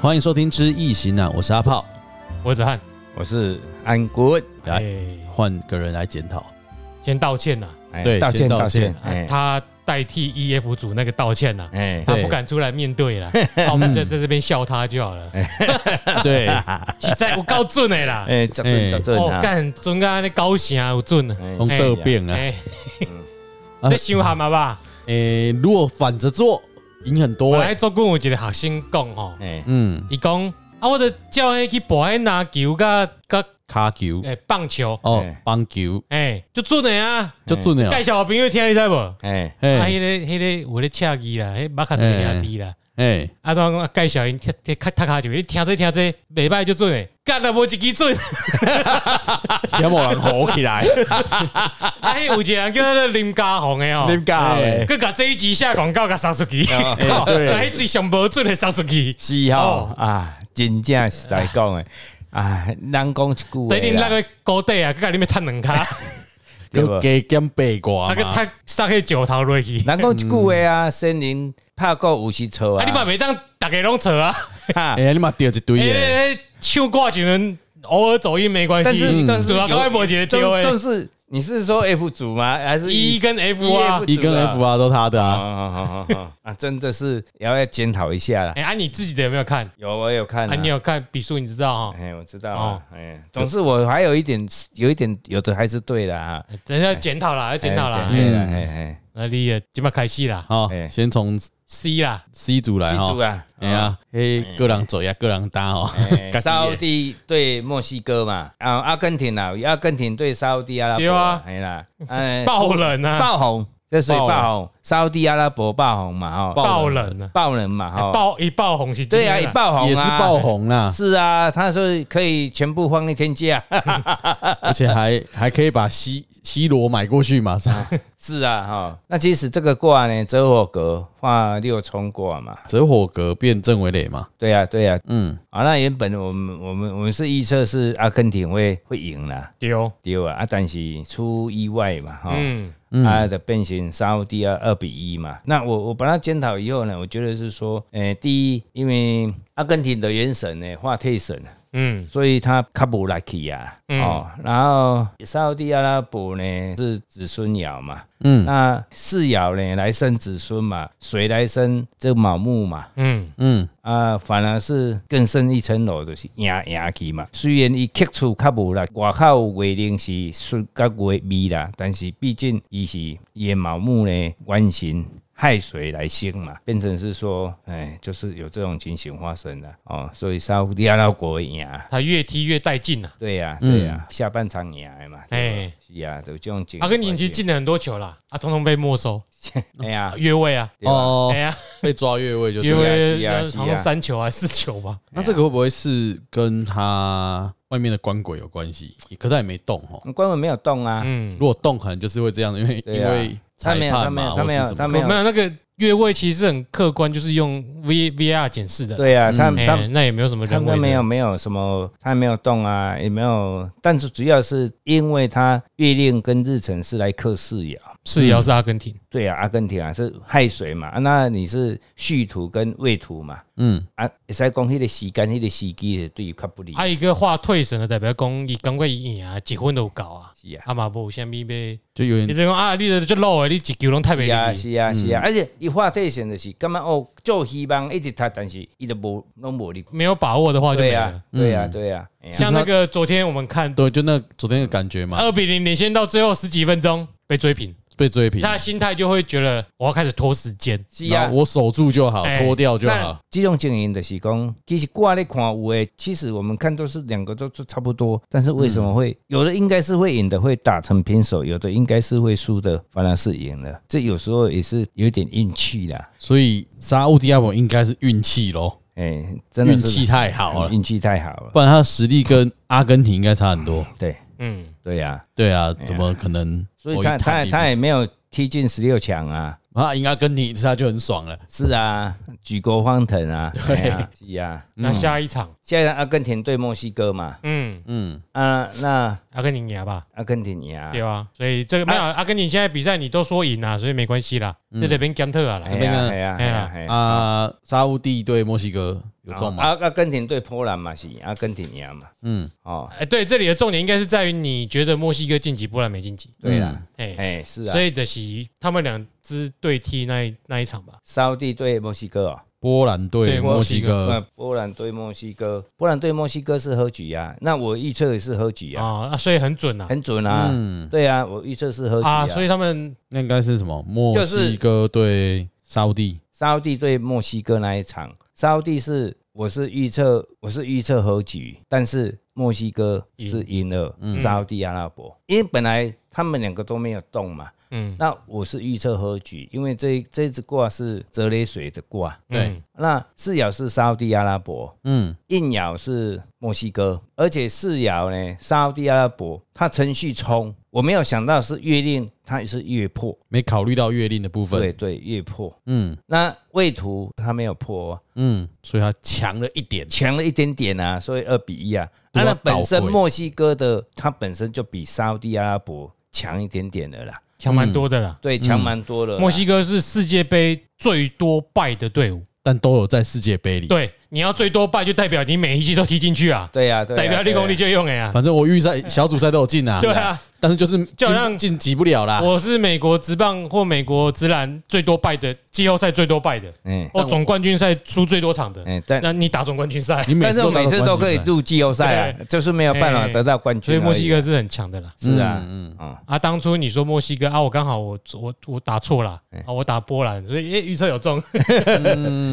欢迎收听《知易行难》，我是阿炮，我是子翰，我是安国，来哎换个人来检讨。先道歉呐、哎对道先歉道道歉歉，哎啊他代替 EF 组那个道歉呐、哎嗯他对不敢出来面对了，啊我们在在这边笑他就好了。对，实在有够准的啦，哎，矫哎正矫正哦啊，干准啊，那高兴啊，有准啊，哎红哎色变啊。哎，啊嗯你想喊嘛吧？诶，如果反着做，赢很多我哎。来做过有一个学生讲吼，哎嗯，伊讲啊，我得叫伊去博迄篮球甲甲卡球诶棒球，哦哎，棒球哎，就准的啊，就准了。介绍我朋友听你知无？哎啊，哎迄个迄个有咧赤字啦，迄马卡做兄弟啦。哎，啊，怎讲介绍因听听较读下就，你听这听这，袂歹就准诶，干了无一支准。天某人吼起 来，啊，迄有一个人叫做林家宏诶哦，尬哎佮甲这一集下广告甲送出去，哎对啊，迄集上无准诶送出去。是吼哦啊，真正实在讲诶，啊，人讲一句话等你那啦，个高底啊，佮甲你们趁两卡，对不跟加减八卦啊个嘛。趁塞迄石头落去，人讲一句话啊，森林拍过有时错嗯啊，啊，你嘛袂当逐个拢错啊。哈哎，你嘛掉一堆诶耶。诶，唱歌一轮偶尔走音没关但是系，但是主要有赶快无一个就丢就诶是你是说 F 组吗？还是，E 跟 F 啊 E， E 跟 F 啊，都他的啊啊。啊啊啊啊啊！真的是也要检讨一下啦。哎，啊你自己的有没有看？有我有看啊，你有看笔数你知道哈？哎，我知道哦啊，哎，总之我还有一点，有一点，有的还是对的啊，哎等一下检讨啦，要检讨啦哎。对啦嗯哎那你也即马开始啦好，哎先从，C 啦， C 组哎，来记住哈。啊，哎呀，嘿，个人走呀，个人搭哦 哎，自己沙的地对墨西哥嘛，啊，阿根廷啊，阿根廷对沙地阿拉伯，对啊哎啦，哎， 爆冷啊，爆红，这属于爆冷爆红，沙地阿拉伯爆红嘛，哈，爆冷啊，爆人嘛，哈，爆一爆红是真的对啊，一爆红啊，也是爆，红啦，是啊，他说可以全部放一天假， 而且还还可以把 C C 罗买过去，马上是啊，哈，那其实这个卦呢，折火格画六冲卦嘛， 折火格变郑伟磊嘛。对啊，对啊，嗯，啊，那原本我们我们我们是预测是阿根廷会会赢啦，丢，对啊，啊，但是出意外嘛，哈、嗯，啊的变形沙第二二比一嘛。那我我把它检讨以后呢，我觉得是说，诶、第一，因为阿根廷的原神呢化退神，嗯，啊所以他卡布拉基亚嗯哦，然后沙地阿拉伯呢是子孙爻嘛，嗯那世爻呢来生子孙嘛，水来生这个卯木嘛，嗯，嗯，啊，反而是更深一层楼，就是赢赢去嘛。虽然伊刻出较无啦，外口有月亮是顺甲月味啦，但是毕竟伊是伊的卯木呢，弯形亥水来生嘛，变成是说，哎，就是有这种情形发生了哦，所以沙特阿拉伯会赢。啊他越踢越带劲啊，对呀、对呀、下半场赢的嘛，哎哎，是啊，有这种情。阿根廷其实，进了很多球啦，啊，通通被没收，哎呀、越位啊，对吧哦哎，呀， 被抓越位就越是。位是啊那好是像啊三球还是四球吧，那这个会不会是跟他外面的官鬼有关系？可他也没动哦。关门没有动啊，嗯如，果动，可能就是会这样的，因为对因啊为他没裁有判嘛，他或没是有什他么。没有没有那个越位其实很客观，就是用 V V R 检视的，，对呀、他、哎他，那也没有什么他人为们的没有，没有什么，他没有动啊，也没有，但是主要是因为他月令跟日辰是来克四爻，是也要是阿根廷，对啊，阿根廷啊是亥水嘛，啊、那你是戌土跟未土嘛，嗯，啊，会使讲迄个时间、迄、个时机是对于较不利，啊，一个话退神的代表讲，伊感觉伊赢啊，结婚都有搞啊，是啊，啊嘛无啥物要。就有你点就讲啊，你就老诶，你一球拢太是袂啊，入去，是啊，是啊，而且伊话退选的是，感觉哦，做希望一直他，但是伊都无拢无力，没有把握的话哦就对没啊了。，对啊，对啊，哎呀像那个昨天我们看对，就那昨天的感觉呃嘛，二比零领先到最后十几分钟被追平，被追平，他的心态就会觉得我要开始拖时间，是然啊后。我守住就好，哎脱掉就那好。这种经营的是讲，其实挂咧看有诶，其实我们看都是两个都是差不多，但是为什么会、有的应该是会赢的，会打成平手，有的应该是会输的，反而是赢了。这有时候也是有点运气啦，所以沙乌地阿伯应该是运气咯，哎、真的运是嗯气太好了，运气太好了。不然他的实力跟阿根廷应该差很多。对嗯，对哎呀、对啊，怎么可能？所以他我一他看他也没有踢进十六强啊，啊，赢阿根廷一次他就很爽了。是啊，举国欢腾啊， 对啊，是啊。那下一场，现在阿根廷对墨西哥嘛，嗯，嗯，啊，那阿根廷赢吧，阿根廷赢啊对，啊，所以这个没有阿根廷现在比赛你都说赢啊啦，所以没关系啦，这得边检讨啊啦嗯哎，边呀啊哎呀哎哎呀呀哎啊呀，啊，沙乌地对墨西哥有中吗？阿阿根廷对波兰嘛是阿根廷赢嘛，嗯，哦，哎，对，这里的重点应该是在于你觉得墨西哥晋级，波兰没晋级，对嗯啦，哎，哎是啊所，以的是他们两支对踢那一那一场吧，沙地对墨西哥哦，波兰对对墨墨西西哥那哥，波兰对墨西哥，波兰对墨西哥是和局啊，那我预测也是和局啊，啊，啊所以很准啊，很准啊，嗯，对啊，我预测是和局啊，啊，所以他们那应该是什么？墨西哥对沙乌地，沙地对墨西哥那一场，沙地是我是预测我是预测和局，但是墨西哥是赢了沙地阿拉伯，因为本来他们两个都没有动嘛。嗯，那我是预测和局，因为这这一只卦是泽雷水的卦，对，那四爻是沙地阿拉伯，嗯应爻是墨西哥，而且四爻呢，沙地阿拉伯，它程序冲，我没有想到是月令，它是月破，没考虑到月令的部分，对对，月破。嗯那未图它没有破、哦，嗯，所以他强了一点，强了一点点啊，所以二比一啊。对那啊那本身倒轨墨西哥的它本身就比沙地阿拉伯强一点点的啦，强蛮多的啦。对，强蛮多了。嗯墨西哥是世界杯最多败的队伍，但都有在世界杯里。对，你要最多败就代表你每一季都踢进去啊，对呀、对啊，代表立对啊功力就用了呀。反正我预赛小组赛都有进啊，对啊，但是就是就好像进晋级不了啦。我是美国职棒或美国职篮最多败的季后赛最多败的，嗯哦，总冠军赛输最多场的，嗯，但那你打总冠军赛，你每但次是我每次都可以打到入季后赛啊，就是没有办法哎得到冠军所而已以啊。墨西哥是很强的啦。冠军是赛啊，嗯，嗯嗯，啊，当初你说墨西哥啊，我刚好我我我打错了哎啊，我打波兰，所以诶预测有中。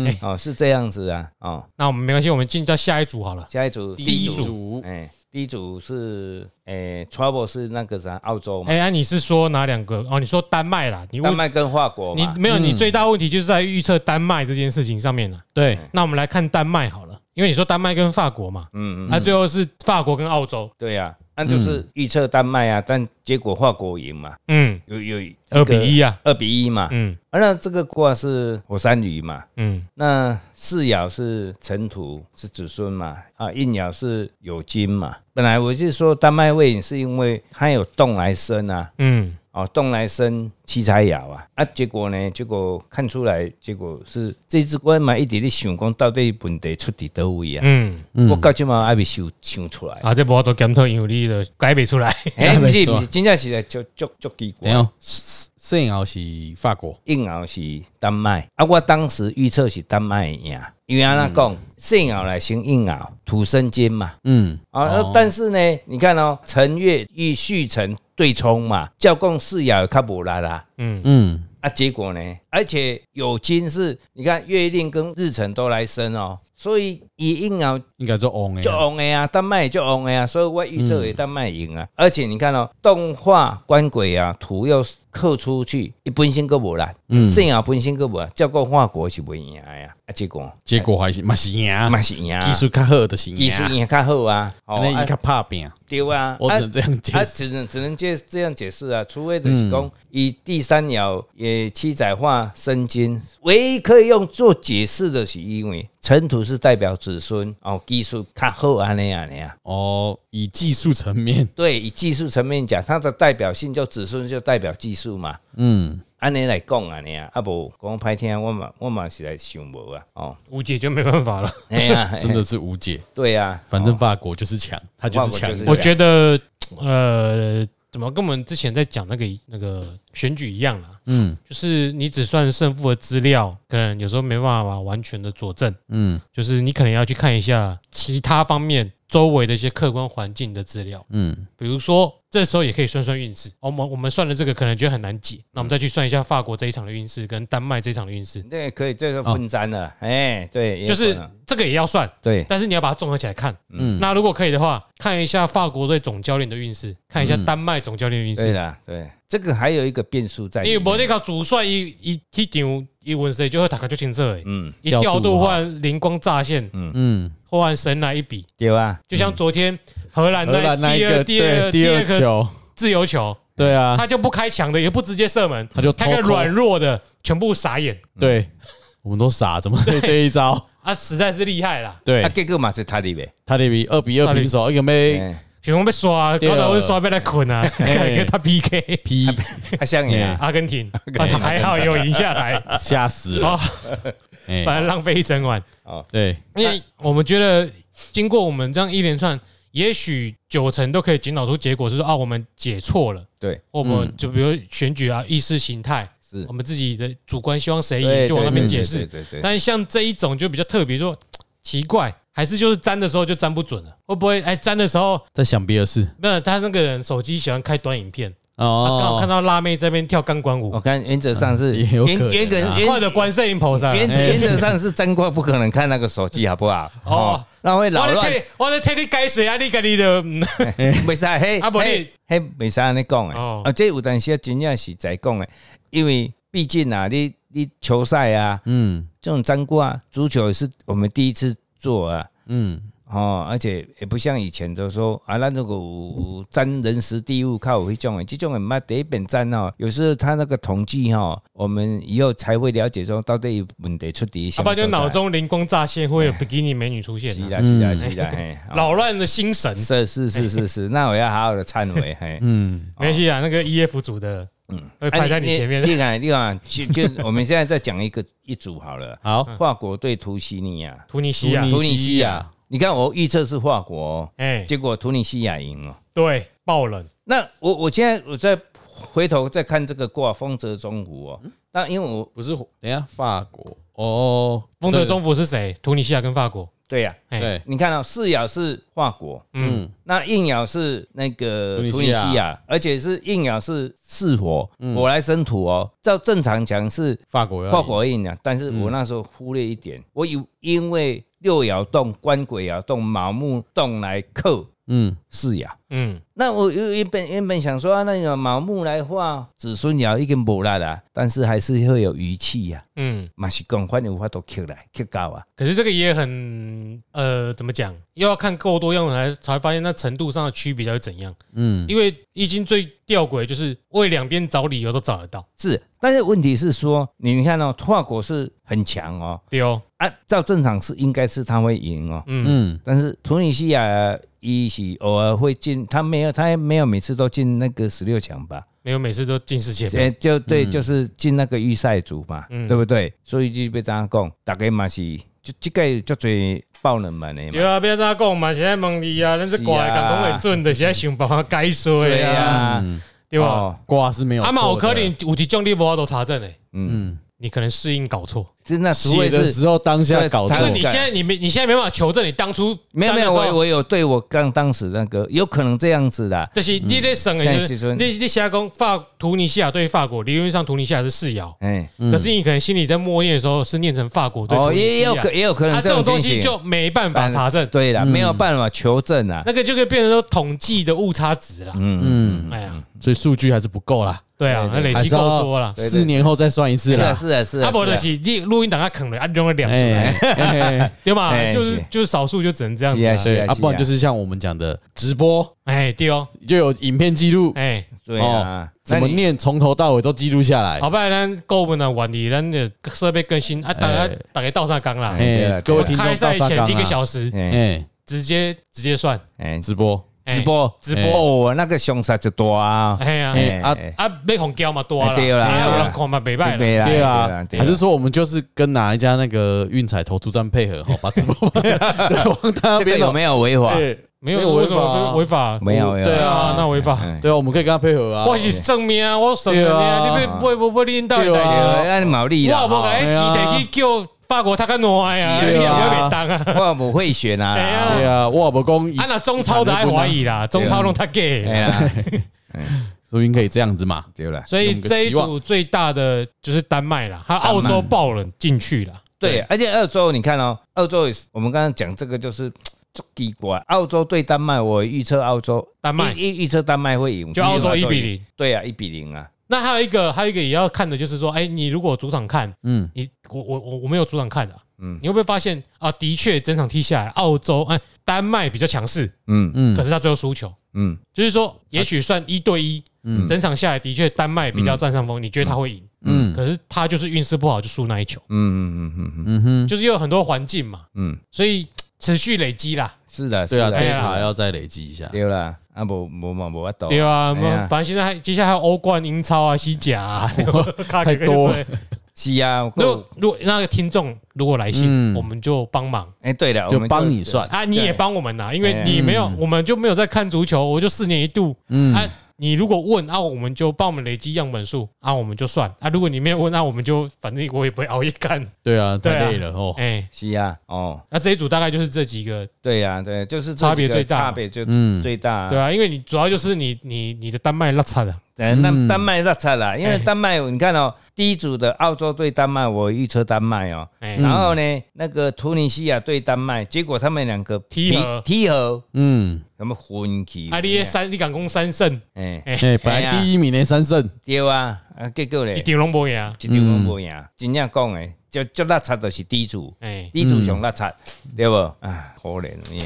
哎哦，是这样子啊，哦，那我们没关系，我们进到下一组好了。下一组第一一组组哎，第一组是哎 Trouble 是那个啥，澳洲嘛，哎，啊，你是说哪两个？哦，你说丹麦啦，你丹问麦跟法国你嘛，没有，你嗯最大问题就是在预测丹麦这件事情上面了。对，哎那我们来看丹麦好了，因为你说丹麦跟法国嘛，啊嗯嗯，那最后是法国跟澳洲，对呀，那就是预测丹麦啊，但结果法国赢嘛，嗯，有有二比一一个，啊，二比一嘛，嗯啊那这个卦是火山驴嘛，嗯那四爻是尘土，是子孙嘛，啊，应爻是酉金嘛。本来我是说丹麦胃是因为它有动来生啊，嗯，哦，动来生七彩爻啊，啊，结果呢，结果看出来，结果是这只我嘛一直咧想讲到底问题出伫倒位啊，嗯我到即嘛还未想想 出来，啊，这波都检讨因为你的改不出来，哎、还不没是说不是，真正是足足足奇等一怪。下，圣奥是法国，硬熬是丹麦，啊，我当时预测是丹麦赢，因为安那讲，圣熬来先硬熬，土生金嘛，嗯，啊、哦呃但是呢，你看哦，陈月与续成对冲嘛，教共四爻也较无力啦。嗯嗯，啊，结果呢？而且有金是，你看月令跟日辰都来生哦，所以一硬啊应该做 on 就诶， on 的啊，丹麦就 on 的啊，所以我预测也嗯丹麦赢啊。而且你看哦，动画官鬼啊，图又刻出去，一本身都无力，嗯，正爻本身都无力，照顾法国是袂赢的啊。啊，结果结果还是嘛是赢，嘛是赢啊，技术较好的是赢，技术赢较好啊，哦那啊伊较怕拼，对啊，我啊只能这样解他释。嗯只能只能这这样解释啊，除非就是讲以第三爻也七载化生金，唯一可以用做解释的是因为尘土是代表子孙哦，技术较好安尼安尼啊。哦，以技术层面，对，以技术层面讲，它的代表性就子孙就代表技术嘛。嗯，安尼来讲安尼啊，啊无讲歹听，我嘛我嘛是来想无啊。哦，无解就没办法了。哎呀，真的是无解。对啊，反正法国就是强，他就是强法国就。是我觉得呃，怎么跟我们之前在讲那个那个选举一样啦，嗯就是你只算胜负的资料，可能有时候没办法完全的佐证，嗯就是你可能要去看一下其他方面周围的一些客观环境的资料。嗯比如说，这时候也可以算算运势。哦我们我们算了这个，可能觉得很难解。那我们再去算一下法国这一场的运势，跟丹麦这一场的运势，那个可以这个分担了，哎、对，也就有是可能这个也要算，对，但是你要把它综合起来看。嗯，那如果可以的话，看一下法国队总教练的运势，看一下嗯丹麦总教练的运对势。啦，对，这个还有一个变数在里因为面，莫内卡主帅一一踢场一稳谁就会打开就清澈诶，嗯一调度调度好换灵光乍现，嗯，后换神来一笔。对啊，就像昨天荷兰荷兰那那一第个二第对二第二二个球，自由球，对啊，他就不开强的，也不直接射门，他就开个偷扣软弱的，全部傻眼对，我们都傻，怎么对这一 招？啊，实在是厉害啦！啊，对，结果嘛是他的呗，他那比二比二平手，一个没哎想讲要刷，对刚才我刷要来困啊， 嘿跟他 PK， P 啊，像你啊，阿根廷，啊还好有赢下来， 吓死了，哦，哎、反正浪费一整晚。哦对，因为我们觉得经过我们这样一连串，也许九成都可以检讨出结果是说啊，我们解错了，对，或我们就比如选举啊、意识形态，嗯是我，们自己的主观希望谁对赢就往那边解对释。对对对，但是像这一种就比较特别，说奇怪，还是就是粘的时候就粘不准了，会不会？哎，粘的时候，在想别的事没有他那个人手机喜欢开短影片，他啊刚好看哦，到辣妹这边跳钢管舞我，看原则上是也有原可能啊原原快的关摄影棚上。原哎原则上是真瓜不可能看那个手机，好不好？哦哦，那会我扰在乱哎替，你，我在替你改水啊！你跟你的， 嗯袂使嘿，啊不然你嘿，嘿，袂使安尼讲诶。哦啊，这有当时啊真正是在讲诶，因为毕竟啊，你你球赛啊，嗯这种占卦足球也是我们第一次做啊。嗯，哦，而且也不像以前都说啊，那如果有有占人时地物靠我会种诶，这种诶嘛第一本占哦，有时候他那个统计哦，我们以后才会了解说到底有问题出底要啊下。不然就脑中灵光乍现，会有比基尼美女出现是啊，啦是啦是啦，嘿，哦扰乱的心神。是啊是是是 是，那我要好好的忏悔，嘿。嗯没关系啊，那个 E F 组的，嗯，会哎，排嗯在你前面。你看，你看，就就我们现在再讲一个一组好了，好，法国对突西尼亚，嗯图尼西亚突，尼突尼西西亚亚，你看我预测是法国哦，哎，结果突尼西亚赢了。对，爆冷，那我我现在我再回头再看这个卦，风泽中湖嗯哦，那因为我不是，等一下法国哦，丰德中府是谁？图尼西亚跟法国，对呀、对哎，对，你看到、哦、四爻是法国，嗯，那应爻是那个突突尼西尼亚嗯西亚，而且是应爻是巳火，我来生土哦，照正常讲是法国要跨国印啊，但是嗯我那时候忽略一点，我有因为六爻动、官鬼爻动、卯木动来克嗯四爻。嗯，那我原原本原本想说、啊，那个卯木来画子孙爻已经无力啦，但是还是会有余气呀、嗯，嘛是讲反正有法度克来克到啊，可是这个也很呃，怎么讲？又要看够多样才才发现那程度上的区别到底怎样。嗯，因为易经最吊诡就是为两边找理由都找得到，是。但是问题是说，你看哦，跨国是很强哦，对哦，啊，照正常是应该是他会赢哦，嗯，嗯但是突尼西亚一是偶尔会进，他没有，他没有每次都进那个十六强吧？没有每嗯次都进世界杯，诶，就对，就是进那个预赛组嘛，对不对？所以就被大家讲，大概嘛是就这个足多爆冷门的嘛，对啊，不要这样讲嘛，现在问你啊，咱这是啊怪讲讲会准的，现在想办法改水啊，啊，对吧？哦，瓜是没有错阿的，嘛，啊有可能有一种你无法度查证诶，嗯，你可能适应搞错，真那除写非的是时候当下搞错对但他是们你现在你没你现在没办法求证你当初没有没站有，的时我候我有对我刚当时那个有可能这样子的，就是你在省诶，就嗯现在时是阵你你瞎讲法图尼西亚对法国，理论上图尼西亚是四爻，哎，可是你可能心里在默念的时候是念成法国对图哦，尼西也亚有，可也有可啊能这种东情西形嗯就没办法查证，对了，没有办法求证啊，那个就可以变成说统计的误差值了。嗯，嗯，哎呀，所以数据还是不够啦，对啊，那对累积够多了还。是要四年后再算一次是啊啦，是啊是啊，啊，不是就啊是你录音档啊啃了，啊，用了两出来，哎，嘿 嘿对吧？哎就是是就是少数就只能这样子是啊啊。对，是啊，不然就是像我们讲的直播，哎，对哦，就有影片记录，哦哎，对啊，怎么那你念从头到尾都记录下来，好不然咱够不能晚你咱的设备更新啊，大家哎大家倒上纲啦。哎对哎，啦各位听众开到赛上前纲一个啊，小时，哎哎，直接直接算哎直播，哎直播直哎播。哦，那个凶杀就大啊，哎呀，哎啊哎啊，被红胶嘛多啦，哎对啦哎对啦有人看嘛北拜了，对啦对啦啊，对啦还是说我们就是跟哪一家那个运彩投注站配合，好把直播 往他那这个边有弄没有违法？哎没没有有为违什么法违法？没有，没有对对啊，那违法。哎对啊，我们可以跟他配合啊。我是正面啊，我什么啊？对啊你不不不不领导的对啊代志。对，那啊你毛利啦，我无甲伊钱提去叫法国他个烂啊，是啊你也不要免当啊。我不会选啊，对啊对啊，我不公，啊，那中超的爱怀疑啦，中超弄他哎 gay。呀，说不定可以这样子嘛。对了，所以这一组最大的就是丹麦啦，还有澳洲爆冷进去啦。对，而且澳洲你看哦，澳洲也是我们刚刚讲这个就是。嘖奇怪，澳洲对丹麦，我预测澳洲丹麦预预预测丹麦会赢，就澳洲预测1比0赢，对啊，一比零啊，那还有一个，还有一个也要看的就是说，哎，你如果主场看，嗯，你我我我我没有主场看的，啊嗯你会不会发现啊？的确，整场踢下来，澳洲哎丹麦比较强势，嗯嗯可是他最后输球，嗯，就是说，也许算一对一，嗯整场下来的确丹麦比较占上风，你觉得他会赢，嗯可是他就是运势不好就输那一球，嗯嗯嗯嗯嗯嗯哼，就是有很多环境嘛，嗯，所以持续累积啦，是的，是对啊，的，哎贝呀塔要再累积一下。对啦，啊无无嘛无法度，对啊，哎呀反正现在还接下来还有欧冠、英超啊、西甲啊， 太太多了。是啊，如够果如果那个听众如果来信，嗯我们就帮忙哎，对了，就我们帮你算，啊，你也对帮我们呐，因哎为呀你没有，我们就没有在看足球，我就四年一度嗯，啊。你如果问啊，我们就帮我们累积样本数啊，我们就算啊。如果你没有问，那我们就反正我也不会熬夜看。对啊，对啊太累了哦。哎，是啊，哦，那这一组大概就是这几个，对呀，对，就是这差别几个最大嘛差别最嗯，最大，对啊，因为你主要就是你你你的丹麦啊拉差了，哎，那丹麦那差啦，因为哎丹麦你看哦，第一组的澳洲对丹麦，我预测丹麦哦，哎，然后呢，那个突尼西亚对丹麦，结果他们两个踢和踢和，嗯，他们混起，啊，你的三你敢攻三胜，哎，哎，本来第一名的三胜，对啊，啊，结果一嗯咧，场拢无赢，一场拢无赢，真正讲诶，就就落差就是第一组，哎，第一组上落差，对无？啊，可怜命，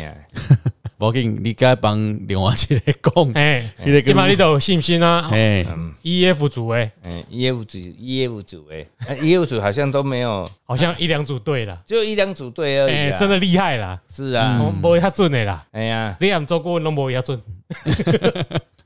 我给你该帮另外一个讲， 哎，你在跟起码你都有信心啊。哎， E F 组哎，嗯，业务组业务组诶，啊业务组好像都没有，好像一两组对了，只有一两组队而哎已，，啊真，的嗯厉害啦，是啊，我无遐准的啦，哎呀。你也唔做顾问拢无遐准，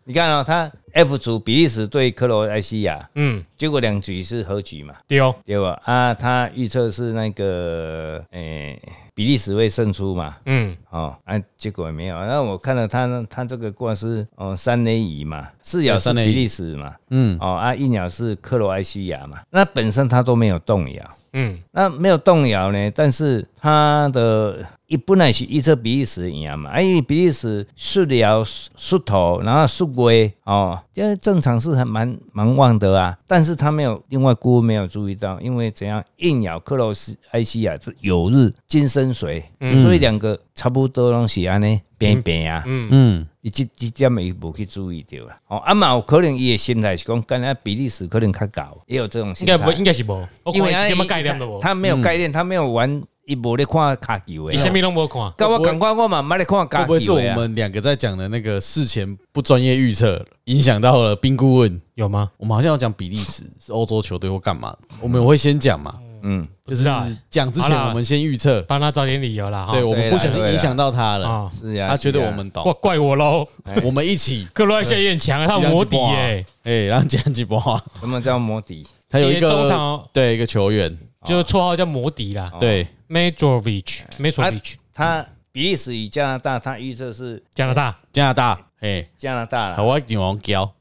你看哦，他 F 组比利时对克罗埃西亚，嗯，结果两局是和局嘛，对哦，对吧？啊，他预测是那个诶、比利时会胜出嘛，嗯，哦，啊，结果也没有。那我看了他他这个卦是哦三垒乙嘛，四爻对是三垒比乙利时嘛，嗯，哦啊一爻是克罗埃西亚嘛，那本身他都没有动摇。嗯，那没有动摇呢，但是他的一本来是一测比利时赢嘛，啊因为比利时输了输头，然后输尾哦，因为正常是还蛮蛮旺的啊，但是他没有另外姑没有注意到，因为怎样硬咬克罗斯埃西亚是有日金生水，嗯所以两个差不多拢是安尼平平啊，嗯，伊即即点伊无去注意到啦，哦啊嘛有可能伊的心态是讲，干那比利时可能较高，也有这种应心态啊该。不应该是无，我因为看哦一他点么概念都无，他嗯没有概念，他没有玩，伊无咧看卡球伊啥诶。物拢无看，跟我感觉我嘛捌咧看会卡啊不会是球我诶。们两个在讲的那个事前不专业预测，影响到了冰顾问？有吗？我们好像要讲比利时是欧洲球队或干嘛，我们会先讲嘛，嗯，不知道欸，讲之好前啦我们先预测，帮他找点理由啦，哈对，我们不小心哦对啦影响到他了，啊，是啊，他觉得是啊哎我们怪懂，怪我喽，我们一起，克罗埃西亚也很强啊，他有磨底耶，哎，让讲几波 话，什么叫摩底？他有一因为中场个哦对一个球员，就是绰号叫磨底哦啦对，啊，Majorovic，Majorovic，他比利时与加拿大，他预测是加拿大，加拿大，哎，加拿大台了。湾牛王 胶，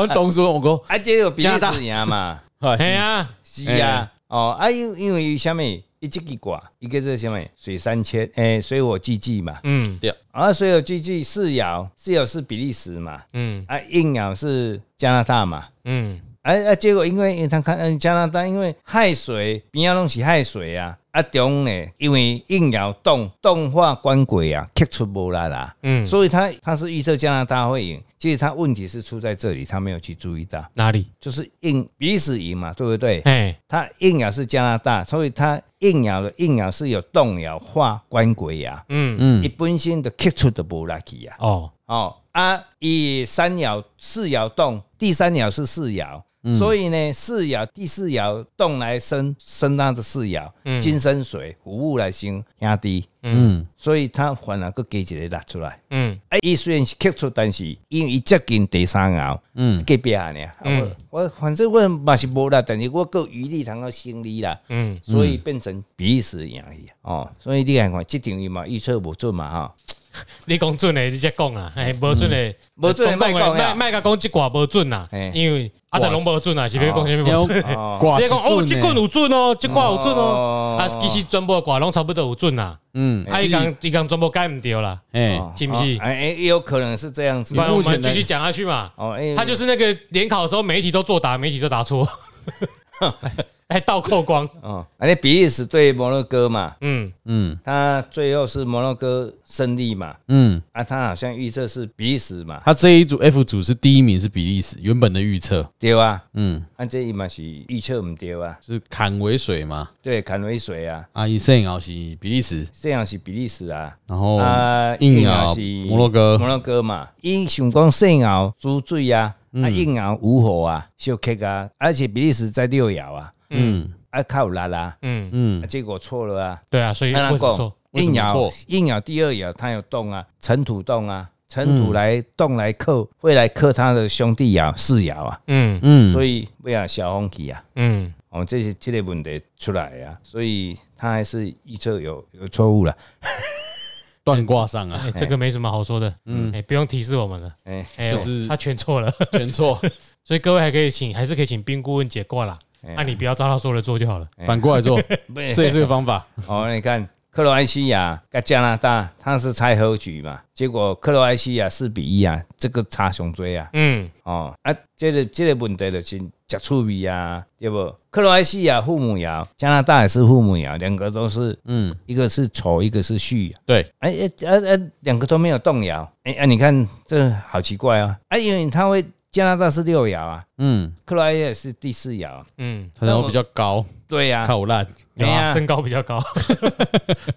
我同事我讲，啊，这个比利加拿大时赢嘛？哎哎，呀，是啊，哦啊，因因为虾米？伊即个卦，伊叫做什么？水三千，诶，水火既济嘛。嗯啊，水火既济四爻，四爻是比利时嘛，嗯啊，应爻是加拿大嘛。嗯，哎啊，结果因为因为他看嗯加拿大，因为海水边啊拢是海水啊，啊中呢，因为硬要动动画关轨啊，刻出无力啦，嗯所以他他是预测加拿大会赢，其实他问题是出在这里，他没有去注意到，哪里？就是硬彼此赢嘛，对不对？哎，他硬要是加拿大，所以他硬要的硬要是有动摇画关轨啊，嗯，嗯伊、本身的刻出的无力去啊。哦，哦啊，以三爻四爻动，第三爻是四爻，嗯所以呢，四爻第四爻动来生生他的四爻，嗯金生水，五物来生兄弟，嗯所以他反而个加一个拉出来。嗯哎，伊虽然是刻出，但是因为伊接近第三爻，嗯，隔壁啊呢，嗯我我反正我嘛是无啦，但是我够余力通到心理啦。嗯，所以变成比利时赢去哦，所以你看看，这场伊嘛预测无准嘛哈，你讲准的，你才讲啦，哎，无准的，无准的讲别讲了卖卖甲讲即寡无准啦嘿，因为啊，但拢无准啦，是要讲啥物要无准？挂哎 你讲哦，哎是即准棍的有准哦，即寡有准哦哦，啊，其实全部的寡拢差不多有准啦，嗯，啊，伊讲伊讲全部改毋对啦，哎， 哦是不是哦哎、哎也有可能是这样子不。然我目前们继来续讲下去嘛。哦，哎、他就是那个联考的时候，每一题都作答，每一题都答错，还倒扣光。哦，啊，那比利时对摩洛哥嘛，嗯嗯他最后是摩洛哥胜利嘛，嗯，啊，他好像预测是比利时嘛，他这一组 F 组是第一名是比利时，原本的预测，对啊，嗯，啊，这伊嘛是预测唔对啊，是坎为水嘛，对，坎维水啊，阿伊圣奥是比利时，这样是比利时啊，然后啊，哦硬啊啊是摩洛哥摩，洛哥嘛，伊想讲胜熬煮水啊，嗯啊，硬熬无火啊，小克啊，而且比利时在六爻啊，嗯啊，靠拉啦，嗯，嗯啊，结果错了啊，对啊，所以啊为什么咱讲错？哎为什硬么爻错？嗯硬爻第二爻它有动啊，尘土动啊，尘土来动来克，会来克他的兄弟爻四爻啊，嗯嗯，所以为啊小风气啊，嗯，哦，这些这类问题出来啊，所以他还是预测有有错误了。断卦上啊， 哎，这个没什么好说的，嗯，哎，不用提示我们了，哎哎就是，他全错了， 全错。所以各位还可以请，还是可以请冰顾问解卦啦。啊哎那你不要照他说的做就好了。反过来 做，不是这也是个方法。哦， 你看克罗埃西亚跟加拿大，它是猜和局嘛，结果克罗埃西亚四比一啊，这个差上追啊，嗯哦啊，这个这个问题就是真趣味啊，对不？克罗埃西亚父母爻，加拿大也是父母爻，两个都是嗯，一个是丑，一个是戌，对，哎哎哎哎，两个都没有动摇，哎啊，你看这好奇怪啊，啊，因为它会加拿大是六爻啊，嗯，克罗埃西亚是第四爻啊，嗯，然后比较高，对呀、啊，靠烂，有哎啊，呀身高比较高。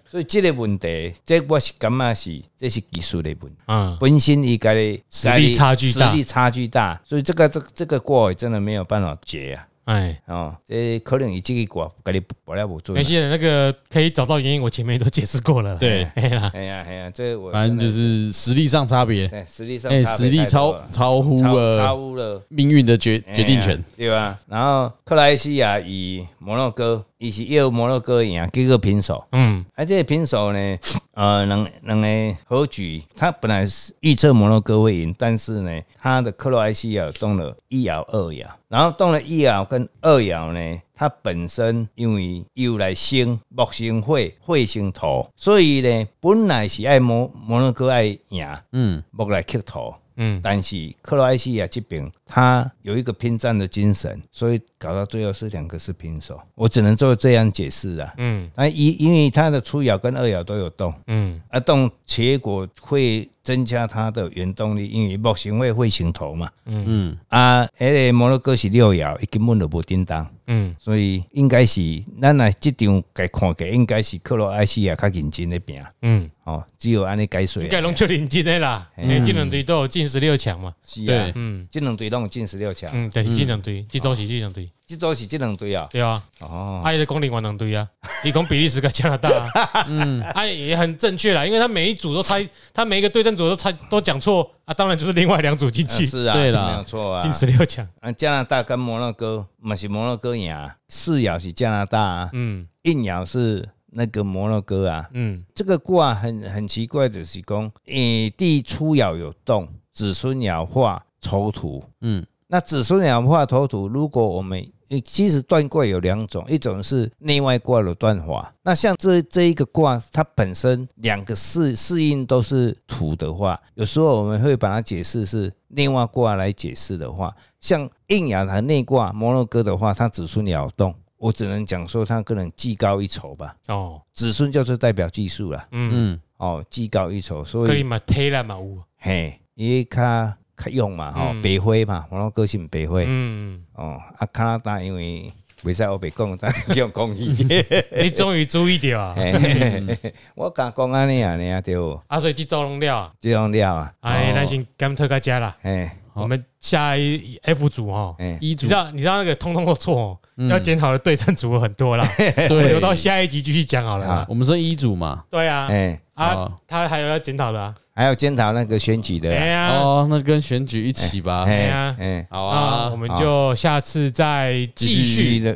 所以这个问题，这我是感觉是这是技术的问题。嗯，本身伊家的实力差距大实力差距大，所以这个这个这个锅真的没有办法解啊。哎，哦，这可能伊这个锅家己保了不准啊没。事的，那个可以找到原因，我前面都解释过了。对 哎呀，哎呀哎呀，这我反正就真是的实力上差别，哎实力上哎，差别实力太多超了超乎超超了乎了。命运的决哎呀决定权。对吧、然后克莱西亚与摩洛哥，伊是又摩洛哥赢，结果平手。嗯而、啊、这个平手呢， 呃，两两个和局，他本来是预测摩洛哥会赢，但是呢，他的克罗埃西亚动了一爻、二爻，然后动了一爻跟二爻呢，它本身因为又来生木生火，火生土，所以呢，本来是爱摩摩洛哥爱赢，嗯，木来克土。嗯，但是克罗埃西亚这边，他有一个拼战的精神，所以搞到最后是两个是平手。我只能做这样解释啊。嗯那因因为它的初爻跟二爻都有动，嗯啊动结果会增加它的原动力，因为木行会会行头嘛，嗯嗯，啊，迄个摩洛哥是六爻，伊根本就无叮当，嗯所以应该是咱来这场该看起来应该是克罗埃西亚较认真的拼，嗯，哦，只有安尼解说应，该拢就零进的啦，哎，这两队都有进十六强嘛。是啊对，，嗯这两队拢有进十六强，嗯，但是这两队，这周是这两队，这组是这两队啊，对啊，哦，他也是攻另外两队啊，你攻比利时跟加拿大啊，嗯，他也很正确啦，因为他每一组都猜，他每一个对战组都猜都讲错啊，当然就是另外两组进啊去是啊，对是啦没有错啊进，十六强，啊，加拿大跟摩洛哥嘛是摩洛哥赢啊，四爻是加拿大啊。嗯硬咬是那个摩洛哥啊。嗯这个卦很很奇怪，就是讲，诶、第初爻有动，子孙爻化丑土。嗯，那子孙爻化丑土，如果我们诶其实断卦有两种，一种是内外卦的断法。那像这这一个卦，它本身两个适适应都是土的话，有时候我们会把它解释是内外卦来解释的话，像应爻和内卦摩洛哥的话，它子孙爻动，我只能讲说它可能技高一筹吧。哦子孙就是代表技术啦，嗯，嗯，哦，技高一筹，所可以以嘛，推了嘛有，嘿，伊较较用嘛，吼、嗯白灰嘛，我拢个性白灰，嗯，哦，啊，加拿大因为袂使我白讲，但是用讲伊， 嗯你终于注意到啊，嘿嘿嘿嘿我敢讲安尼安尼啊，对不，啊，所以这周拢了啊，这样了啊，哦哎，那先甘特该加啦，嘿，我们下一 F 组哦。嘿，一组你知道，你知道那个通通都错、哦，要检讨的对战组有很多啦，哎我留嗯 对，到下一集继续讲好了啦。我们是一组嘛。对啊，嘿，啊哦，他还有要检讨的啊。还有检讨那个选举的哎啊，呀，哦，那跟选举一起吧。嘿啊嘿，好啊，啊我，们就下次再继续的，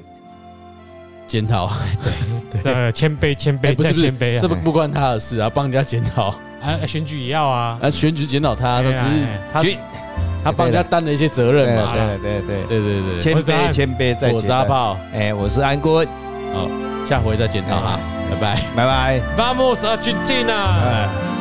检讨。呃谦卑谦哎卑不再是不谦卑是，这啊不不关他的事啊，帮人家检讨。啊，选举也要啊。啊，选举检讨他，他哎只呀是哎他举他帮人家担了一些责任对嘛。对对对，对对对，谦我是卑安谦卑再我是阿见，炮，哎，我是安国，好，下回再检讨啊，拜拜。拜拜， Vamos a Argentina！啊。